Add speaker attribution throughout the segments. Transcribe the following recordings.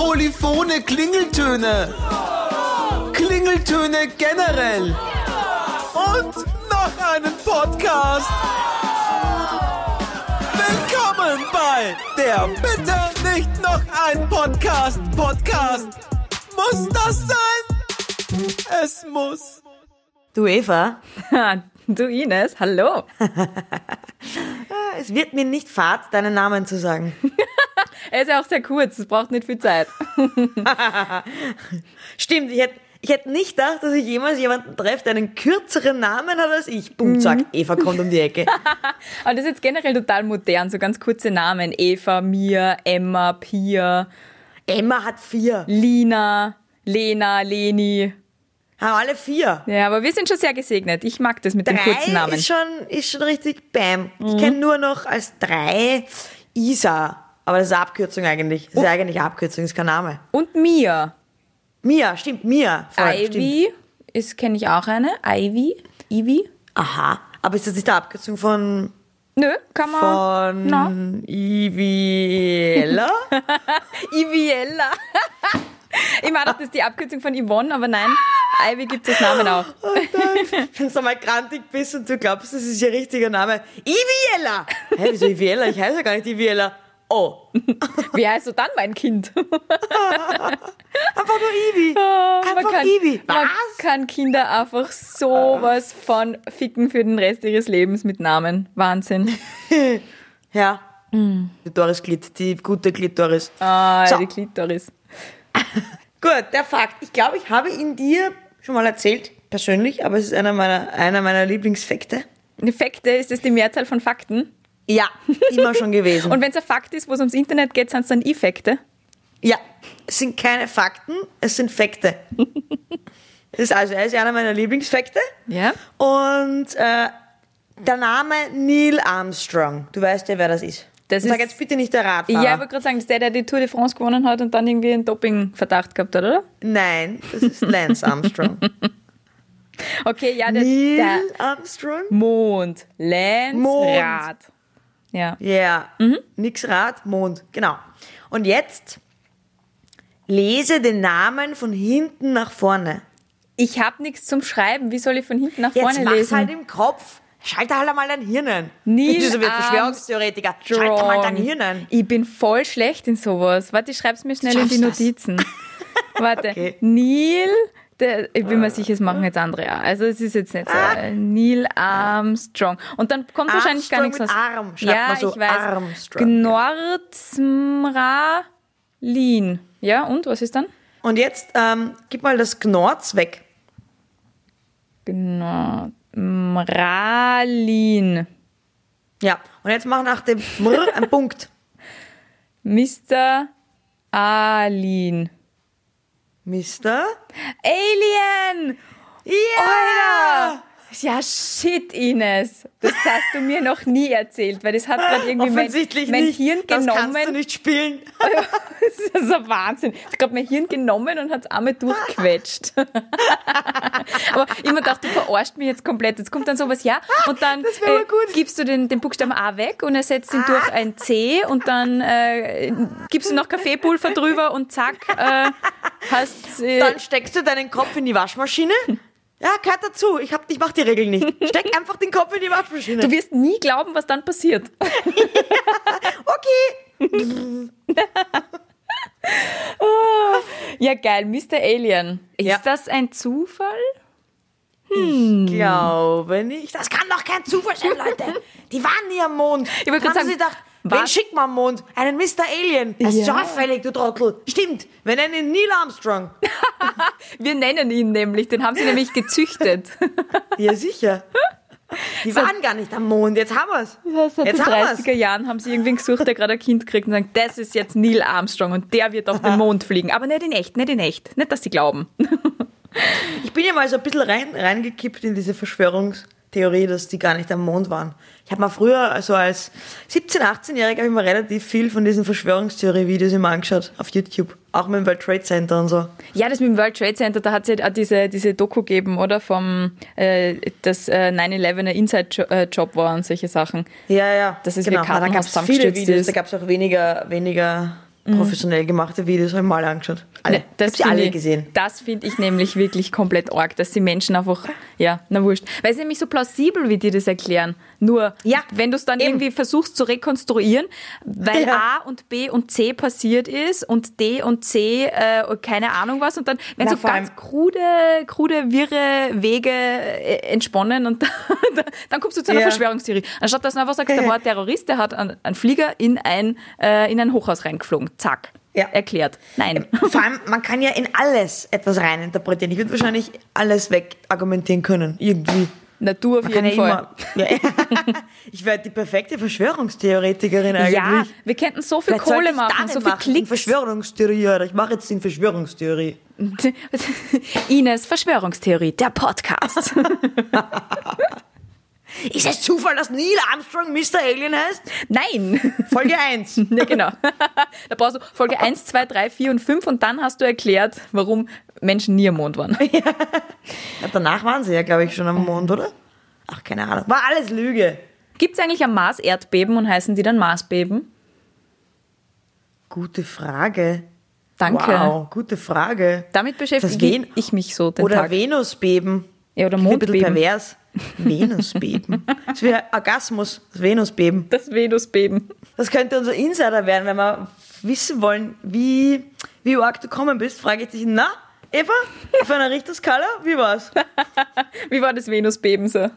Speaker 1: ohne Klingeltöne. Klingeltöne generell. Und noch einen Podcast. Willkommen bei der Bitte nicht noch ein Podcast. Podcast. Muss das sein? Es muss.
Speaker 2: Du Eva,
Speaker 3: Du Ines, hallo.
Speaker 2: es wird mir nicht fad, deinen Namen zu sagen.
Speaker 3: Er ist ja auch sehr kurz, es braucht nicht viel Zeit.
Speaker 2: Stimmt, ich hätte ich hätt nicht gedacht, dass ich jemals jemanden treffe, der einen kürzeren Namen hat als ich. Boom, zack, Eva kommt um die Ecke.
Speaker 3: Aber das ist jetzt generell total modern, so ganz kurze Namen. Eva, Mia, Emma, Pia,
Speaker 2: Emma hat vier.
Speaker 3: Lina, Lena, Leni.
Speaker 2: Haben alle vier.
Speaker 3: Ja, aber wir sind schon sehr gesegnet. Ich mag das mit den
Speaker 2: Drei
Speaker 3: kurzen Namen.
Speaker 2: ist schon, ist schon richtig bam. Ich kenne nur noch als drei Isa. Aber das ist eine Abkürzung eigentlich. Das ist eigentlich eine Abkürzung, ist kein Name.
Speaker 3: Und Mia.
Speaker 2: Mia, stimmt, Mia. Voll, Stimmt.
Speaker 3: Ivy, ist kenne ich auch eine. Ivy, Ivy.
Speaker 2: Aha. Aber ist das nicht die Abkürzung von,
Speaker 3: Nö, kann man.
Speaker 2: von
Speaker 3: Na.
Speaker 2: Iviella?
Speaker 3: Iviella. ich meine, das ist die Abkürzung von Yvonne, aber nein, Ivy gibt es Namen auch.
Speaker 2: Wenn du mal grantig bist und du glaubst, das ist ihr richtiger Name. Iviella! Hä, wieso Iviella? Ich heiße ja gar nicht Iviella. Oh,
Speaker 3: Wie heißt du dann mein Kind?
Speaker 2: einfach nur Ivi.
Speaker 3: Ah, man
Speaker 2: Einfach
Speaker 3: kann,
Speaker 2: Ivi.
Speaker 3: man
Speaker 2: Was?
Speaker 3: kann Kinder einfach sowas von ficken für den Rest ihres Lebens mit Namen. Wahnsinn.
Speaker 2: Ja. Die Doris Glit, die gute Glittoris.
Speaker 3: Ah,
Speaker 2: So.
Speaker 3: die Klitoris.
Speaker 2: Gut, der Fakt. Ich glaube, ich habe ihn dir schon mal erzählt, persönlich, aber es ist einer meiner, einer meiner Lieblingsfakte.
Speaker 3: Fakte ist das die Mehrzahl von Fakten.
Speaker 2: Ja, immer schon gewesen.
Speaker 3: Und wenn es ein Fakt ist, wo es ums Internet geht, sind es dann Effekte.
Speaker 2: Ja, es sind keine Fakten, es sind Fakte. Das ist also, er ist einer meiner Lieblingsfakte.
Speaker 3: Ja.
Speaker 2: Und äh, der Name Neil Armstrong. Du weißt ja, wer das ist.
Speaker 3: Das
Speaker 2: Und Sag
Speaker 3: ist-
Speaker 2: jetzt bitte nicht der Radfahrer.
Speaker 3: Ja, ich wollte gerade sagen, das ist der, der die Tour de France gewonnen hat und dann irgendwie einen Doping-Verdacht gehabt hat, oder?
Speaker 2: Nein, das ist Lance Armstrong.
Speaker 3: Okay, ja, der, der
Speaker 2: Neil Armstrong?
Speaker 3: Mond. Lenz
Speaker 2: Mond.
Speaker 3: Rad. Ja.
Speaker 2: Ja,
Speaker 3: Mhm.
Speaker 2: nix Rad, Mond, genau. Und jetzt lese den Namen von hinten nach vorne.
Speaker 3: Ich habe nichts zum Schreiben. Wie soll ich von hinten nach
Speaker 2: Jetzt
Speaker 3: vorne
Speaker 2: mach's
Speaker 3: lesen?
Speaker 2: halt im Kopf. Schalte halt einmal dein Hirn ein.
Speaker 3: Neil
Speaker 2: Nicht so wie Verschwörungstheoretiker. Schalte mal dein Hirn ein.
Speaker 3: Ich bin voll schlecht in sowas. Warte, ich schreib's mir schnell in die
Speaker 2: Schaffst das.
Speaker 3: Notizen. Warte.
Speaker 2: Okay.
Speaker 3: Neil, der, ich bin mir sicher, es machen jetzt andere. auch. Also es ist jetzt nicht so. äh, Neil Armstrong. Und dann kommt wahrscheinlich gar nichts
Speaker 2: Ah. Armstrong
Speaker 3: aus.
Speaker 2: mit Arm, schreibt
Speaker 3: ja,
Speaker 2: man so.
Speaker 3: ich weiß.
Speaker 2: Armstrong.
Speaker 3: Gnordsmralin. Ja, und was ist dann?
Speaker 2: Und jetzt ähm, gib mal das Gnorz weg.
Speaker 3: Gnordsmralin.
Speaker 2: Ja, und jetzt mach nach dem Mr einen Punkt.
Speaker 3: Mr. Alin.
Speaker 2: Mister?
Speaker 3: Alien!
Speaker 2: Ja!
Speaker 3: Ja, shit, Ines. Das hast du mir noch nie erzählt, weil das hat gerade irgendwie mein,
Speaker 2: Offensichtlich
Speaker 3: mein
Speaker 2: nicht.
Speaker 3: Hirn
Speaker 2: das
Speaker 3: genommen.
Speaker 2: kannst du nicht spielen.
Speaker 3: Das ist ein Wahnsinn. Ich glaube, mein Hirn genommen und hat es einmal durchquetscht. Aber ich mir dachte, du verarschst mich jetzt komplett. Jetzt kommt dann sowas, ja, und dann
Speaker 2: Ah,
Speaker 3: äh,
Speaker 2: das wär mal gut. Ah.
Speaker 3: gibst du den, den Buchstaben A weg und ersetzt ihn durch ein C und dann äh, gibst du noch Kaffeepulver drüber und zack, äh, hast... Äh,
Speaker 2: Dann steckst du deinen Kopf in die Waschmaschine. Ja, gehört dazu. Ich, hab, ich mach die Regel nicht. Steck einfach den Kopf in die Waschmaschine.
Speaker 3: du wirst nie glauben, was dann passiert.
Speaker 2: okay.
Speaker 3: Ja, geil, Mr. Alien. Ist
Speaker 2: Ja.
Speaker 3: das ein Zufall? Hm.
Speaker 2: Glaube nicht. Das kann doch kein Zufall sein, Leute. Die waren nie am Mond.
Speaker 3: Ich wollte
Speaker 2: Haben
Speaker 3: gerade
Speaker 2: sie
Speaker 3: sagen,
Speaker 2: gedacht, wen
Speaker 3: was-
Speaker 2: schickt man am Mond? Einen Mr. Alien. Das ist
Speaker 3: Ja.
Speaker 2: zufällig, du Trottel. Stimmt. Wir nennen ihn Neil Armstrong.
Speaker 3: Wir nennen ihn nämlich, den haben sie nämlich gezüchtet.
Speaker 2: Ja, sicher. Die waren gar nicht am Mond. Jetzt haben wir's.
Speaker 3: Seit den
Speaker 2: Jetzt haben
Speaker 3: 30er
Speaker 2: wir's.
Speaker 3: Jahren haben sie irgendwen gesucht, der gerade ein Kind kriegt und sagen, das ist jetzt Neil Armstrong und der wird auf den Mond fliegen. Aber nicht in echt, nicht in echt. Nicht, dass sie glauben.
Speaker 2: Ich bin ja mal so ein bisschen rein, reingekippt in diese Verschwörungstheorie, dass die gar nicht am Mond waren. Ich habe mal früher, also als 17-, 18-Jähriger, habe ich mir relativ viel von diesen Verschwörungstheorie-Videos immer angeschaut auf YouTube. Auch mit dem World Trade Center und so.
Speaker 3: Ja, das mit dem World Trade Center, da hat es ja auch diese, diese Doku gegeben, oder? Vom, äh, dass äh, 9-11 ein Inside-Job äh, war und solche Sachen.
Speaker 2: Ja, Genau. ja.
Speaker 3: Das ist wie Kartenhaus
Speaker 2: Na, Da gab es
Speaker 3: zusammengestürzt
Speaker 2: viele Videos,
Speaker 3: ist.
Speaker 2: da gab es auch weniger, weniger professionell gemachte Videos habe ich mir alle angeschaut. Alle.
Speaker 3: Ne, das
Speaker 2: ich hab sie alle
Speaker 3: find ich,
Speaker 2: gesehen.
Speaker 3: Das finde ich nämlich wirklich komplett arg, dass die Menschen einfach, ja, na wurscht. Weil es ist nämlich so plausibel, wie die das erklären. Nur,
Speaker 2: Ja,
Speaker 3: wenn du es dann
Speaker 2: eben.
Speaker 3: irgendwie versuchst zu rekonstruieren, weil
Speaker 2: Ja.
Speaker 3: A und B und C passiert ist und D und C, äh, und keine Ahnung was, und dann
Speaker 2: Na,
Speaker 3: werden so
Speaker 2: vor
Speaker 3: ganz
Speaker 2: allem-
Speaker 3: krude, krude, wirre Wege äh, entsponnen und dann, dann kommst du zu einer
Speaker 2: Ja.
Speaker 3: Verschwörungstheorie. Anstatt dass du einfach sagst, da war ein Terrorist, der hat einen, einen Flieger in ein, äh, in ein Hochhaus reingeflogen. Zack.
Speaker 2: Ja.
Speaker 3: Erklärt. Nein.
Speaker 2: Äh, Vor allem, man kann ja in alles etwas reininterpretieren. Ich würde wahrscheinlich alles wegargumentieren können, irgendwie.
Speaker 3: Natur auf
Speaker 2: Man kann
Speaker 3: jeden
Speaker 2: ja immer.
Speaker 3: Fall.
Speaker 2: Ja, ich wäre die perfekte Verschwörungstheoretikerin eigentlich.
Speaker 3: Ja, wir könnten so viel
Speaker 2: Vielleicht sollte
Speaker 3: Kohle
Speaker 2: ich
Speaker 3: machen,
Speaker 2: darin
Speaker 3: so viel
Speaker 2: in
Speaker 3: Klicks.
Speaker 2: Verschwörungstheorie, oder ich mache jetzt in Verschwörungstheorie.
Speaker 3: Ines, Verschwörungstheorie, der Podcast.
Speaker 2: Ist es Zufall, dass Neil Armstrong Mr. Alien heißt?
Speaker 3: Nein.
Speaker 2: Folge 1.
Speaker 3: Ja, genau. Da brauchst du Folge 1, 2, 3, 4 und 5 und dann hast du erklärt, warum Menschen nie am Mond waren.
Speaker 2: Danach waren sie ja, glaube ich, schon am Mond, oder? Ach, keine Ahnung. War alles Lüge.
Speaker 3: Gibt es eigentlich am Mars Erdbeben und heißen die dann Marsbeben?
Speaker 2: Gute Frage.
Speaker 3: Danke.
Speaker 2: Wow, gute Frage.
Speaker 3: Damit
Speaker 2: Das
Speaker 3: beschäftige
Speaker 2: Ven-
Speaker 3: ich mich so den
Speaker 2: Oder
Speaker 3: Tag.
Speaker 2: Venusbeben.
Speaker 3: Ja, oder
Speaker 2: Klingt Ein bisschen
Speaker 3: Mondbeben.
Speaker 2: pervers. Venusbeben. Das wäre Orgasmus, das Venusbeben.
Speaker 3: Das Venusbeben.
Speaker 2: Das könnte unser Insider werden, wenn wir wissen wollen, wie, wie arg du kommen bist. Frage ich dich, na, Eva, auf einer Richterskala, wie war's?
Speaker 3: Wie war das Venusbeben so?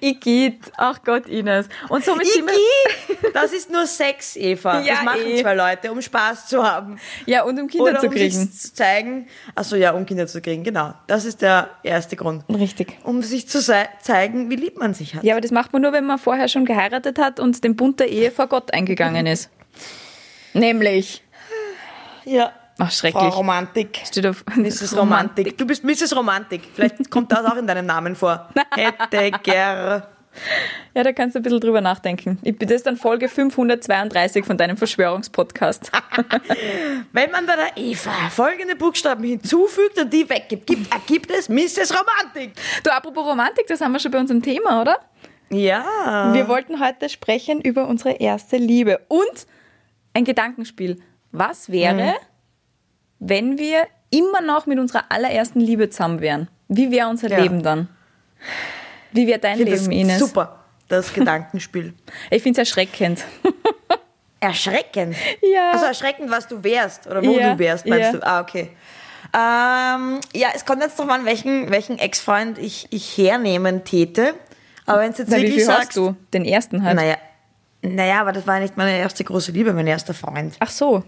Speaker 3: Igitt. Ach Gott, Ines. Und somit sind wir...
Speaker 2: Iggy, das ist nur Sex, Eva.
Speaker 3: Ja,
Speaker 2: das machen
Speaker 3: eh.
Speaker 2: zwei Leute, um Spaß zu haben.
Speaker 3: Ja, und um Kinder
Speaker 2: Oder
Speaker 3: zu
Speaker 2: um sich
Speaker 3: kriegen.
Speaker 2: zu zeigen. Achso, ja, um Kinder zu kriegen, genau. Das ist der erste Grund.
Speaker 3: Richtig.
Speaker 2: Um sich zu sei- zeigen, wie lieb man sich hat.
Speaker 3: Ja, aber das macht man nur, wenn man vorher schon geheiratet hat und den Bund der Ehe vor Gott eingegangen ist. Nämlich.
Speaker 2: ja.
Speaker 3: Ach,
Speaker 2: Frau
Speaker 3: schrecklich.
Speaker 2: Romantik.
Speaker 3: Steht auf
Speaker 2: Mrs. Romantik. Du bist Mrs. Romantik. Vielleicht kommt das auch in deinem Namen vor. Hätte ger.
Speaker 3: Ja, da kannst du ein bisschen drüber nachdenken. Ich bin- Das ist dann Folge 532 von deinem Verschwörungspodcast.
Speaker 2: Wenn man bei der Eva folgende Buchstaben hinzufügt und die weggibt, gibt, ergibt es Mrs. Romantik.
Speaker 3: Du, apropos Romantik, das haben wir schon bei unserem Thema, oder?
Speaker 2: Ja.
Speaker 3: Wir wollten heute sprechen über unsere erste Liebe und ein Gedankenspiel. Was wäre,
Speaker 2: Mhm.
Speaker 3: wenn wir immer noch mit unserer allerersten Liebe zusammen wären? Wie wäre unser
Speaker 2: Ja.
Speaker 3: Leben dann? Wie wäre dein
Speaker 2: Ich find
Speaker 3: Leben, Ines?
Speaker 2: das super, das Gedankenspiel.
Speaker 3: Ich finde es erschreckend.
Speaker 2: Erschreckend.
Speaker 3: Ja.
Speaker 2: Also erschreckend, was du wärst oder wo
Speaker 3: Ja,
Speaker 2: du wärst, meinst
Speaker 3: ja.
Speaker 2: du? Ah, okay. Ähm, ja, es kommt jetzt drauf an, welchen, welchen Ex-Freund ich, ich hernehmen täte. Aber wenn es jetzt
Speaker 3: Na, wie
Speaker 2: wirklich
Speaker 3: viel
Speaker 2: sagst,
Speaker 3: hast du? Den ersten halt.
Speaker 2: Naja, naja, aber das war nicht meine erste große Liebe, mein erster Freund.
Speaker 3: Ach so.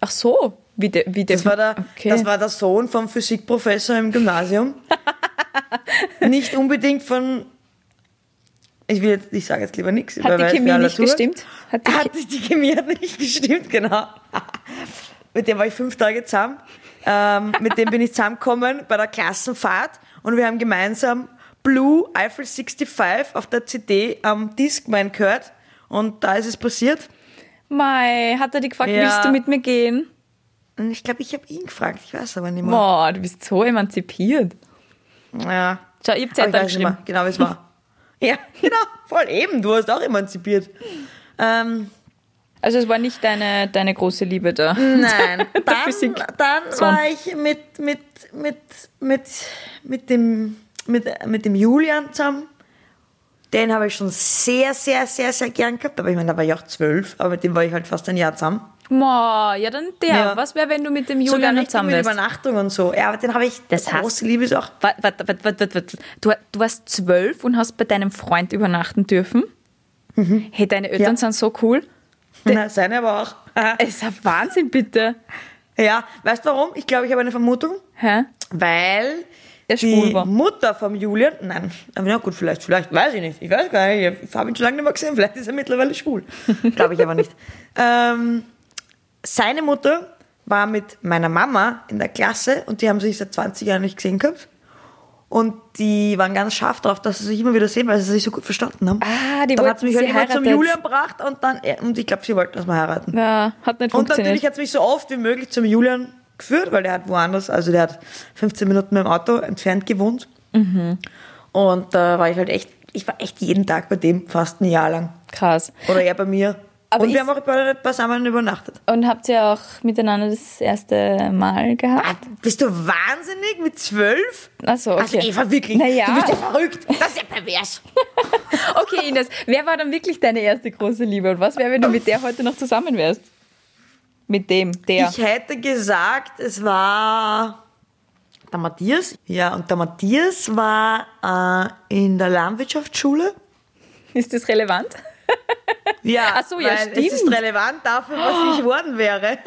Speaker 3: Ach so. Wie de, wie de,
Speaker 2: Das war der,
Speaker 3: okay.
Speaker 2: das war der Sohn vom Physikprofessor im Gymnasium. nicht unbedingt von. Ich will jetzt, ich sage jetzt lieber nichts.
Speaker 3: Hat die Chemie nicht gestimmt? Hat
Speaker 2: Hat
Speaker 3: die
Speaker 2: die, hat die Chemie hat nicht gestimmt, genau. mit dem war ich fünf Tage zusammen. Ähm, mit dem bin ich zusammengekommen bei der Klassenfahrt und wir haben gemeinsam Blue Eiffel 65 auf der CD am Discman gehört und da ist es passiert.
Speaker 3: Mei, hat er dich gefragt,
Speaker 2: Ja.
Speaker 3: willst du mit mir gehen?
Speaker 2: Und ich glaube, ich habe ihn gefragt, ich weiß aber nicht mehr.
Speaker 3: Boah, du bist so emanzipiert.
Speaker 2: Ja.
Speaker 3: Schau,
Speaker 2: Aber
Speaker 3: ich hab
Speaker 2: ich weiß
Speaker 3: Zettel
Speaker 2: nicht
Speaker 3: geschrieben.
Speaker 2: mehr, genau wie es war. ja, genau, voll eben, du hast auch emanzipiert. Ähm,
Speaker 3: Also es war nicht deine, deine große Liebe da.
Speaker 2: nein, dann,
Speaker 3: Physik-
Speaker 2: dann
Speaker 3: Sohn.
Speaker 2: war ich mit, mit, mit, mit, mit, dem, mit, mit dem Julian zusammen. Den habe ich schon sehr, sehr, sehr, sehr gern gehabt. Aber ich meine, da war ich auch zwölf, aber mit dem war ich halt fast ein Jahr zusammen.
Speaker 3: Boah, ja dann der.
Speaker 2: Ja.
Speaker 3: Was wäre, wenn du mit dem Julian noch
Speaker 2: richtig
Speaker 3: zusammen
Speaker 2: mit
Speaker 3: wärst?
Speaker 2: Übernachtung und so. Ja, aber den habe ich,
Speaker 3: Das
Speaker 2: das
Speaker 3: heißt-
Speaker 2: große Liebe ist auch
Speaker 3: Wa- wa- wa- wa- wa- wa- Du, du warst zwölf und hast bei deinem Freund übernachten dürfen. Hey, deine Eltern
Speaker 2: Mhm. Ja. Ah.
Speaker 3: sind so cool.
Speaker 2: na, seine aber auch.
Speaker 3: Es ist ein Wahnsinn, bitte.
Speaker 2: Ja, weißt du warum? Ich glaube, ich habe eine Vermutung.
Speaker 3: Hä?
Speaker 2: Weil
Speaker 3: Er schwul
Speaker 2: die
Speaker 3: war.
Speaker 2: Mutter vom Julian, nein, aber ja gut, vielleicht, vielleicht, weiß ich nicht. Ich weiß gar nicht, ich habe ihn schon lange nicht mehr gesehen, vielleicht ist er mittlerweile schwul. Glaube ich aber nicht. Ähm, seine Mutter war mit meiner Mama in der Klasse und die haben sich seit 20 Jahren nicht gesehen gehabt. Und die waren ganz scharf drauf, dass sie sich immer wieder sehen, weil sie sich so gut verstanden haben.
Speaker 3: Ah, die
Speaker 2: dann
Speaker 3: wollten
Speaker 2: hat sie mich
Speaker 3: sie
Speaker 2: halt immer zum
Speaker 3: heiratet.
Speaker 2: Julian gebracht und dann, und ich glaube, sie wollten, dass wir heiraten.
Speaker 3: Ja, hat nicht
Speaker 2: Und
Speaker 3: funktioniert.
Speaker 2: natürlich hat es mich so oft wie möglich zum Julian geführt, weil der hat woanders, also der hat 15 Minuten mit dem Auto entfernt gewohnt. Mhm. Und da war ich halt echt, ich war echt jeden Tag bei dem, fast ein Jahr lang.
Speaker 3: Krass.
Speaker 2: Oder er bei mir.
Speaker 3: Aber
Speaker 2: und
Speaker 3: ist-
Speaker 2: wir haben auch bei- beisammen übernachtet.
Speaker 3: Und habt ihr auch miteinander das erste Mal
Speaker 2: Ah,
Speaker 3: gehabt?
Speaker 2: Bist du wahnsinnig mit zwölf?
Speaker 3: Achso,
Speaker 2: Also
Speaker 3: okay.
Speaker 2: Eva, wirklich.
Speaker 3: Naja.
Speaker 2: Du bist ja verrückt. Das ist ja pervers.
Speaker 3: Okay, Ines, wer war dann wirklich deine erste große Liebe? Und was wäre, wenn du mit der heute noch zusammen wärst? Mit dem, der.
Speaker 2: Ich hätte gesagt, es war der Matthias. Ja, und der Matthias war äh, in der Landwirtschaftsschule.
Speaker 3: Ist das relevant?
Speaker 2: Ja, Ah.
Speaker 3: Ach so, ja,
Speaker 2: weil
Speaker 3: stimmt.
Speaker 2: es ist relevant dafür, was ich geworden wäre.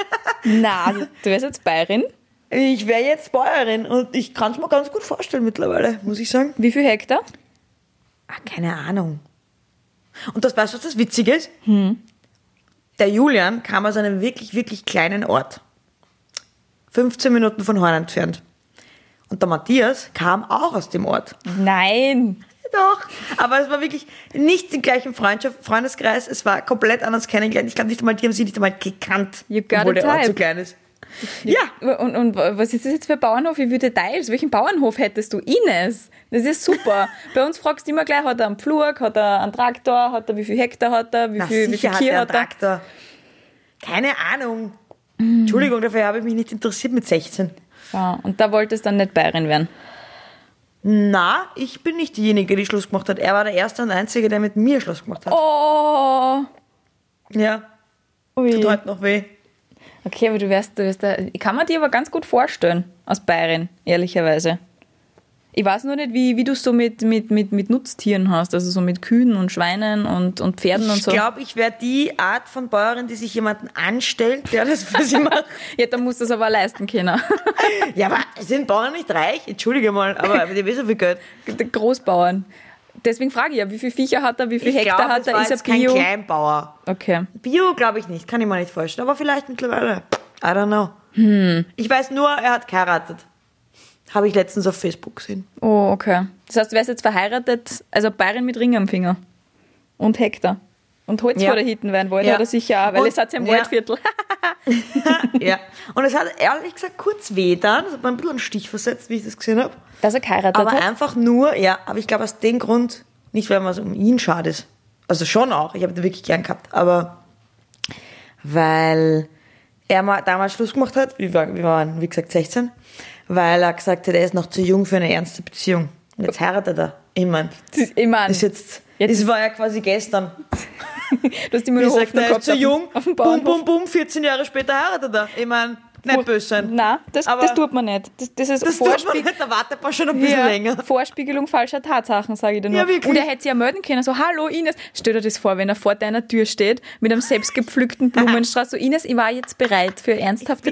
Speaker 3: Na,
Speaker 2: also-
Speaker 3: du wärst jetzt Bayerin.
Speaker 2: Ich wäre jetzt Bäuerin und ich kann es mir ganz gut vorstellen mittlerweile, muss ich sagen.
Speaker 3: Wie viel Hektar?
Speaker 2: Ah, keine Ahnung. Hm. Und das weißt du, was das Witzige ist? Der Julian kam aus einem wirklich, wirklich kleinen Ort. 15 Minuten von Horn entfernt. Und der Matthias kam auch aus dem Ort.
Speaker 3: Nein.
Speaker 2: Doch, aber es war wirklich nicht im gleichen Freundschaft, Freundeskreis. Es war komplett anders kennengelernt. Ich glaube nicht einmal, die haben sie nicht einmal gekannt,
Speaker 3: You got
Speaker 2: obwohl
Speaker 3: a
Speaker 2: der Ort so
Speaker 3: type.
Speaker 2: klein ist. Ja,
Speaker 3: Und, und was ist das jetzt für ein Bauernhof? Ich würde teils. Welchen Bauernhof hättest du? Ines. Das ist super. Bei uns fragst du immer gleich, hat er einen Pflug, hat er einen Traktor, hat er, wie viel Hektar hat er, wie
Speaker 2: na
Speaker 3: viel, wie
Speaker 2: sicher
Speaker 3: viel
Speaker 2: hat
Speaker 3: Tier
Speaker 2: der einen
Speaker 3: hat er.
Speaker 2: Traktor. Keine Ahnung. Entschuldigung, dafür habe ich mich nicht interessiert mit 16.
Speaker 3: Ja, und da wolltest du dann nicht Bayerin werden.
Speaker 2: Na, ich bin nicht diejenige, die Schluss gemacht hat. Er war der Erste und Einzige, der mit mir Schluss gemacht hat.
Speaker 3: Oh.
Speaker 2: Ja,
Speaker 3: Mhm.
Speaker 2: tut heute noch weh.
Speaker 3: Okay, aber du wärst, du wärst da. Ich kann mir die aber ganz gut vorstellen, aus Bayern, ehrlicherweise. Ich weiß nur nicht, wie, wie du es so mit, mit, mit, mit Nutztieren hast, also so mit Kühen und Schweinen und, und Pferden und
Speaker 2: Ich
Speaker 3: so.
Speaker 2: glaube, ich wäre die Art von Bäuerin, die sich jemanden anstellt, der das für sie macht.
Speaker 3: Ja, dann musst du es aber leisten können.
Speaker 2: Ja, aber sind Bauern nicht reich? Entschuldige mal, aber die wissen so viel Geld.
Speaker 3: Die Großbauern. Deswegen frage ich ja, wie viele Viecher hat er, wie viele Hektar
Speaker 2: glaub,
Speaker 3: hat
Speaker 2: es
Speaker 3: er,
Speaker 2: war
Speaker 3: ist
Speaker 2: jetzt
Speaker 3: er
Speaker 2: kein
Speaker 3: Bio?
Speaker 2: Kleinbauer.
Speaker 3: Okay.
Speaker 2: Bio glaube ich nicht, kann ich mir nicht vorstellen. Aber vielleicht mittlerweile. I don't know.
Speaker 3: Hm.
Speaker 2: Ich weiß nur, er hat geheiratet. Habe ich letztens auf Facebook gesehen.
Speaker 3: Oh, okay. Das heißt, du wärst jetzt verheiratet, also Bayern mit Ring am Finger. Und Hektar. Und Holz
Speaker 2: Ja.
Speaker 3: vor der Hitten werden wollen,
Speaker 2: Ja.
Speaker 3: oder sicher auch, weil
Speaker 2: Und-
Speaker 3: es hat ja im
Speaker 2: ja.
Speaker 3: Waldviertel.
Speaker 2: ja. Und es hat ehrlich gesagt kurz weh dann. Es hat mir ein bisschen einen Stich versetzt, wie ich das gesehen habe.
Speaker 3: Dass er geheiratet
Speaker 2: Aber
Speaker 3: hat.
Speaker 2: einfach nur, ja, aber ich glaube aus dem Grund, nicht weil man so um ihn schade ist. Also schon auch, ich habe den wirklich gern gehabt, aber weil er mal damals Schluss gemacht hat, wir waren, wir waren wie gesagt 16, weil er gesagt hat, er ist noch zu jung für eine ernste Beziehung. Und jetzt heiratet er. Ich meine,
Speaker 3: Ich meine,
Speaker 2: ist jetzt,
Speaker 3: Jetzt-
Speaker 2: das war ja quasi gestern.
Speaker 3: Du hast immer
Speaker 2: Wie
Speaker 3: nur
Speaker 2: gesagt,
Speaker 3: Hoffnung
Speaker 2: er ist
Speaker 3: gehabt
Speaker 2: zu
Speaker 3: auf dem-
Speaker 2: jung,
Speaker 3: Auf dem
Speaker 2: bum,
Speaker 3: Bauernhof.
Speaker 2: bum, bum, 14 Jahre später heiratet er. Ich meine, nicht böse sein.
Speaker 3: Nein, das,
Speaker 2: Aber
Speaker 3: das tut man nicht. Das, das ist
Speaker 2: das tut man
Speaker 3: Vorspiegel
Speaker 2: nicht, da wartet man schon ein bisschen länger.
Speaker 3: Vorspiegelung falscher Tatsachen, sage ich dir nur.
Speaker 2: Ja, wirklich.
Speaker 3: Und er hätte sie ja melden können, so, hallo Ines, stell dir das vor, wenn er vor deiner Tür steht, mit einem selbstgepflückten Blumenstrauß, so, Ines, ich war jetzt bereit für ernsthafte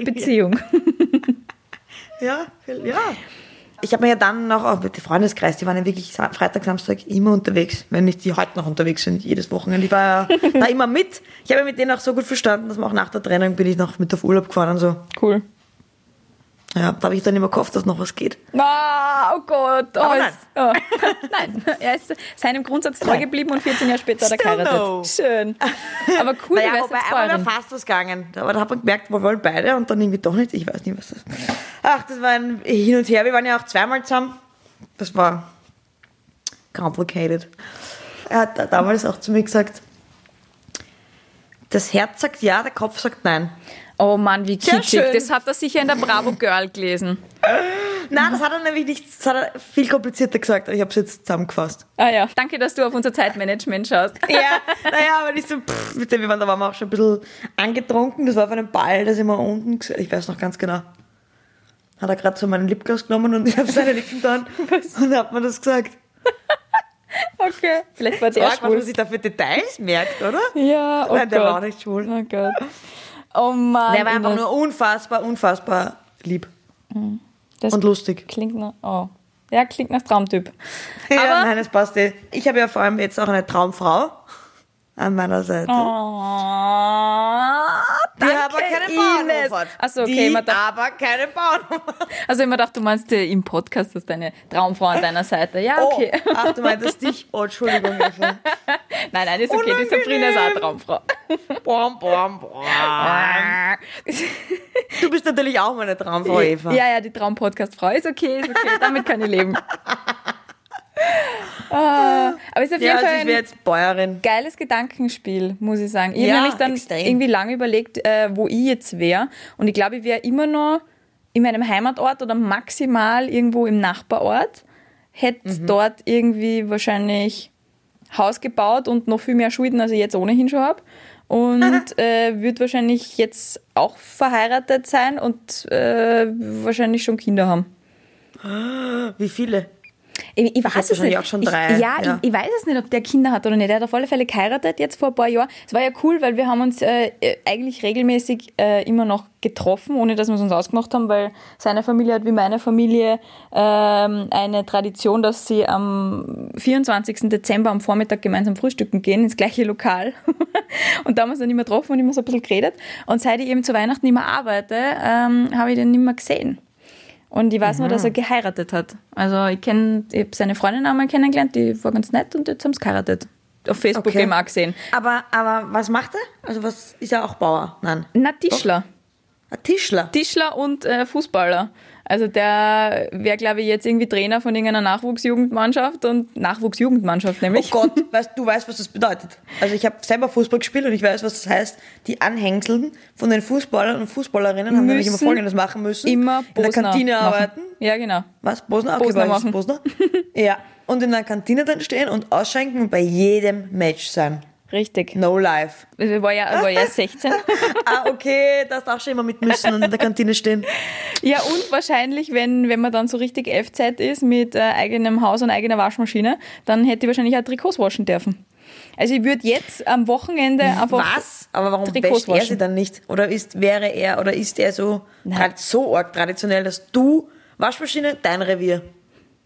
Speaker 3: Beziehung.
Speaker 2: Ja, viel- ja. Ich habe mir ja dann noch auch mit dem Freundeskreis, die waren ja wirklich Sa- Freitag, Samstag immer unterwegs, wenn nicht die heute noch unterwegs sind, jedes Wochenende. Ich war ja da immer mit. Ich habe ja mit denen auch so gut verstanden, dass man auch nach der Trennung bin ich noch mit auf Urlaub gefahren und so.
Speaker 3: Cool.
Speaker 2: Ja, da habe ich dann immer gehofft, dass noch was geht.
Speaker 3: Ah, oh Gott. Oh,
Speaker 2: Aber
Speaker 3: es- oh. nein, er ist seinem Grundsatz treu geblieben und 14 Jahre später hat er
Speaker 2: Still
Speaker 3: geheiratet.
Speaker 2: no.
Speaker 3: Schön. Aber cool, du
Speaker 2: naja,
Speaker 3: wärst
Speaker 2: wobei
Speaker 3: jetzt
Speaker 2: einmal
Speaker 3: Bäuerin.
Speaker 2: wäre fast was gegangen. Aber da hat man gemerkt, wir wollen beide und dann irgendwie doch nicht. Ich weiß nicht, was das ist. Ach, das war ein Hin und Her. Wir waren ja auch zweimal zusammen. Das war complicated. Er hat da- damals auch zu mir gesagt, das Herz sagt ja, der Kopf sagt nein.
Speaker 3: Oh Mann, wie
Speaker 2: Sehr
Speaker 3: kitschig.
Speaker 2: schön.
Speaker 3: Das hat er sicher in der Bravo Girl gelesen.
Speaker 2: Nein, das hat er nämlich nicht, das hat er viel komplizierter gesagt. aber Ich habe es jetzt zusammengefasst.
Speaker 3: Ah ja. Danke, dass du auf unser Zeitmanagement schaust.
Speaker 2: Ja, naja, aber nicht so, pff, mit dem, wir waren, da waren wir auch schon ein bisschen angetrunken. Das war auf einem Ball, da sind wir unten gesessen. Ich weiß noch ganz genau. Hat er gerade so meinen Lipgloss genommen und ich habe seine Lippen getan und hat mir das gesagt.
Speaker 3: Okay. Vielleicht war der
Speaker 2: Arg, was man
Speaker 3: schwul.
Speaker 2: sich da für Details merkt, oder?
Speaker 3: Ja, oh
Speaker 2: Nein, der
Speaker 3: Gott.
Speaker 2: war auch nicht schwul.
Speaker 3: Oh Gott. Oh Mann.
Speaker 2: Der war einfach
Speaker 3: Ines.
Speaker 2: nur unfassbar, unfassbar lieb
Speaker 3: Mhm. das
Speaker 2: und lustig.
Speaker 3: Klingt nach, oh. Ja, klingt nach Traumtyp.
Speaker 2: ja,
Speaker 3: Aber-
Speaker 2: nein, es passt eh. Ich habe ja vor allem jetzt auch eine Traumfrau an meiner Seite.
Speaker 3: Oh,
Speaker 2: Die
Speaker 3: danke,
Speaker 2: aber keine
Speaker 3: Ines.
Speaker 2: Bauernhof hat.
Speaker 3: Achso, okay.
Speaker 2: Die
Speaker 3: man darf-
Speaker 2: aber keine Bauernhof hat.
Speaker 3: Also immer gedacht, du meinst äh, im Podcast ist deine Traumfrau an deiner Seite. Ja, okay.
Speaker 2: Oh, ach, du meintest dich. Oh, Entschuldigung. Eva.
Speaker 3: Nein, nein, ist okay. Die Sabrina ist auch eine Traumfrau.
Speaker 2: Bom, bom, bom. Ah. Du bist natürlich auch meine Traumfrau, Eva.
Speaker 3: Ja, ja, die Traumpodcast-Frau ist okay, ist okay. Damit kann ich leben. Ah, Aber es ist auf
Speaker 2: Ja,
Speaker 3: jeden
Speaker 2: also
Speaker 3: Fall
Speaker 2: ich wäre
Speaker 3: ein
Speaker 2: jetzt Bäuerin.
Speaker 3: geiles Gedankenspiel, muss ich sagen. Ich
Speaker 2: Ja,
Speaker 3: habe nämlich dann
Speaker 2: extrem.
Speaker 3: irgendwie lange überlegt, äh, wo ich jetzt wäre. Und ich glaube, ich wäre immer noch in meinem Heimatort oder maximal irgendwo im Nachbarort. Hätte
Speaker 2: Mhm.
Speaker 3: dort irgendwie wahrscheinlich Haus gebaut und noch viel mehr Schulden, als ich jetzt ohnehin schon habe. Und äh, würde wahrscheinlich jetzt auch verheiratet sein und äh, wahrscheinlich schon Kinder haben.
Speaker 2: Wie viele?
Speaker 3: Ich, ich weiß es
Speaker 2: wahrscheinlich
Speaker 3: nicht.
Speaker 2: auch schon
Speaker 3: ich,
Speaker 2: drei,
Speaker 3: Ja,
Speaker 2: ja.
Speaker 3: Ich, ich weiß es nicht, ob der Kinder hat oder nicht. Er hat auf alle Fälle geheiratet jetzt vor ein paar Jahren. Es war ja cool, weil wir haben uns äh, äh, eigentlich regelmäßig äh, immer noch getroffen, ohne dass wir es uns ausgemacht haben, weil seine Familie hat wie meine Familie ähm, eine Tradition, dass sie am 24. Dezember am Vormittag gemeinsam frühstücken gehen, ins gleiche Lokal. und da haben wir uns dann immer getroffen und immer so ein bisschen geredet. Und seit ich eben zu Weihnachten nicht mehr arbeite, ähm, habe ich den nicht mehr gesehen. Und ich weiß nur,
Speaker 2: Mhm.
Speaker 3: dass er geheiratet hat. Also ich kenne, ich habe seine Freundin einmal kennengelernt, die war ganz nett und jetzt haben sie geheiratet. Auf Facebook
Speaker 2: Okay.
Speaker 3: eben auch gesehen.
Speaker 2: Aber, aber was macht er? Also was ist er auch Bauer? Nein.
Speaker 3: Na, Tischler.
Speaker 2: Ein Tischler.
Speaker 3: Tischler und äh, Fußballer. Also der wäre, glaube ich, jetzt irgendwie Trainer von irgendeiner Nachwuchsjugendmannschaft und Nachwuchsjugendmannschaft
Speaker 2: Oh
Speaker 3: nämlich.
Speaker 2: Gott, weißt, du weißt, was das bedeutet. Also ich habe selber Fußball gespielt und ich weiß, was das heißt. Die Anhängseln von den Fußballern und Fußballerinnen haben nämlich immer
Speaker 3: Müssen
Speaker 2: Folgendes machen müssen.
Speaker 3: Immer
Speaker 2: in der
Speaker 3: Bosner
Speaker 2: Kantine
Speaker 3: machen.
Speaker 2: arbeiten.
Speaker 3: Ja, genau.
Speaker 2: Was? Bosner? Okay,
Speaker 3: Bosner
Speaker 2: war ich jetzt
Speaker 3: machen.
Speaker 2: Bosner? ja. Und in der Kantine dann stehen und ausschenken und bei jedem Match sein.
Speaker 3: Richtig.
Speaker 2: No life.
Speaker 3: Ich war ja, war ja 16.
Speaker 2: ah, okay, das darfst du immer mit müssen und in der Kantine stehen.
Speaker 3: Ja, und wahrscheinlich, wenn, wenn man dann so richtig FZ ist mit äh, eigenem Haus und eigener Waschmaschine, dann hätte ich wahrscheinlich auch Trikots waschen dürfen. Also ich würde jetzt am Wochenende einfach.
Speaker 2: Was? Aber warum
Speaker 3: Trikots
Speaker 2: wäscht er sie
Speaker 3: waschen.
Speaker 2: dann nicht? Oder ist, wäre er, oder ist er so, tra- so arg traditionell, dass du, Waschmaschine, dein Revier.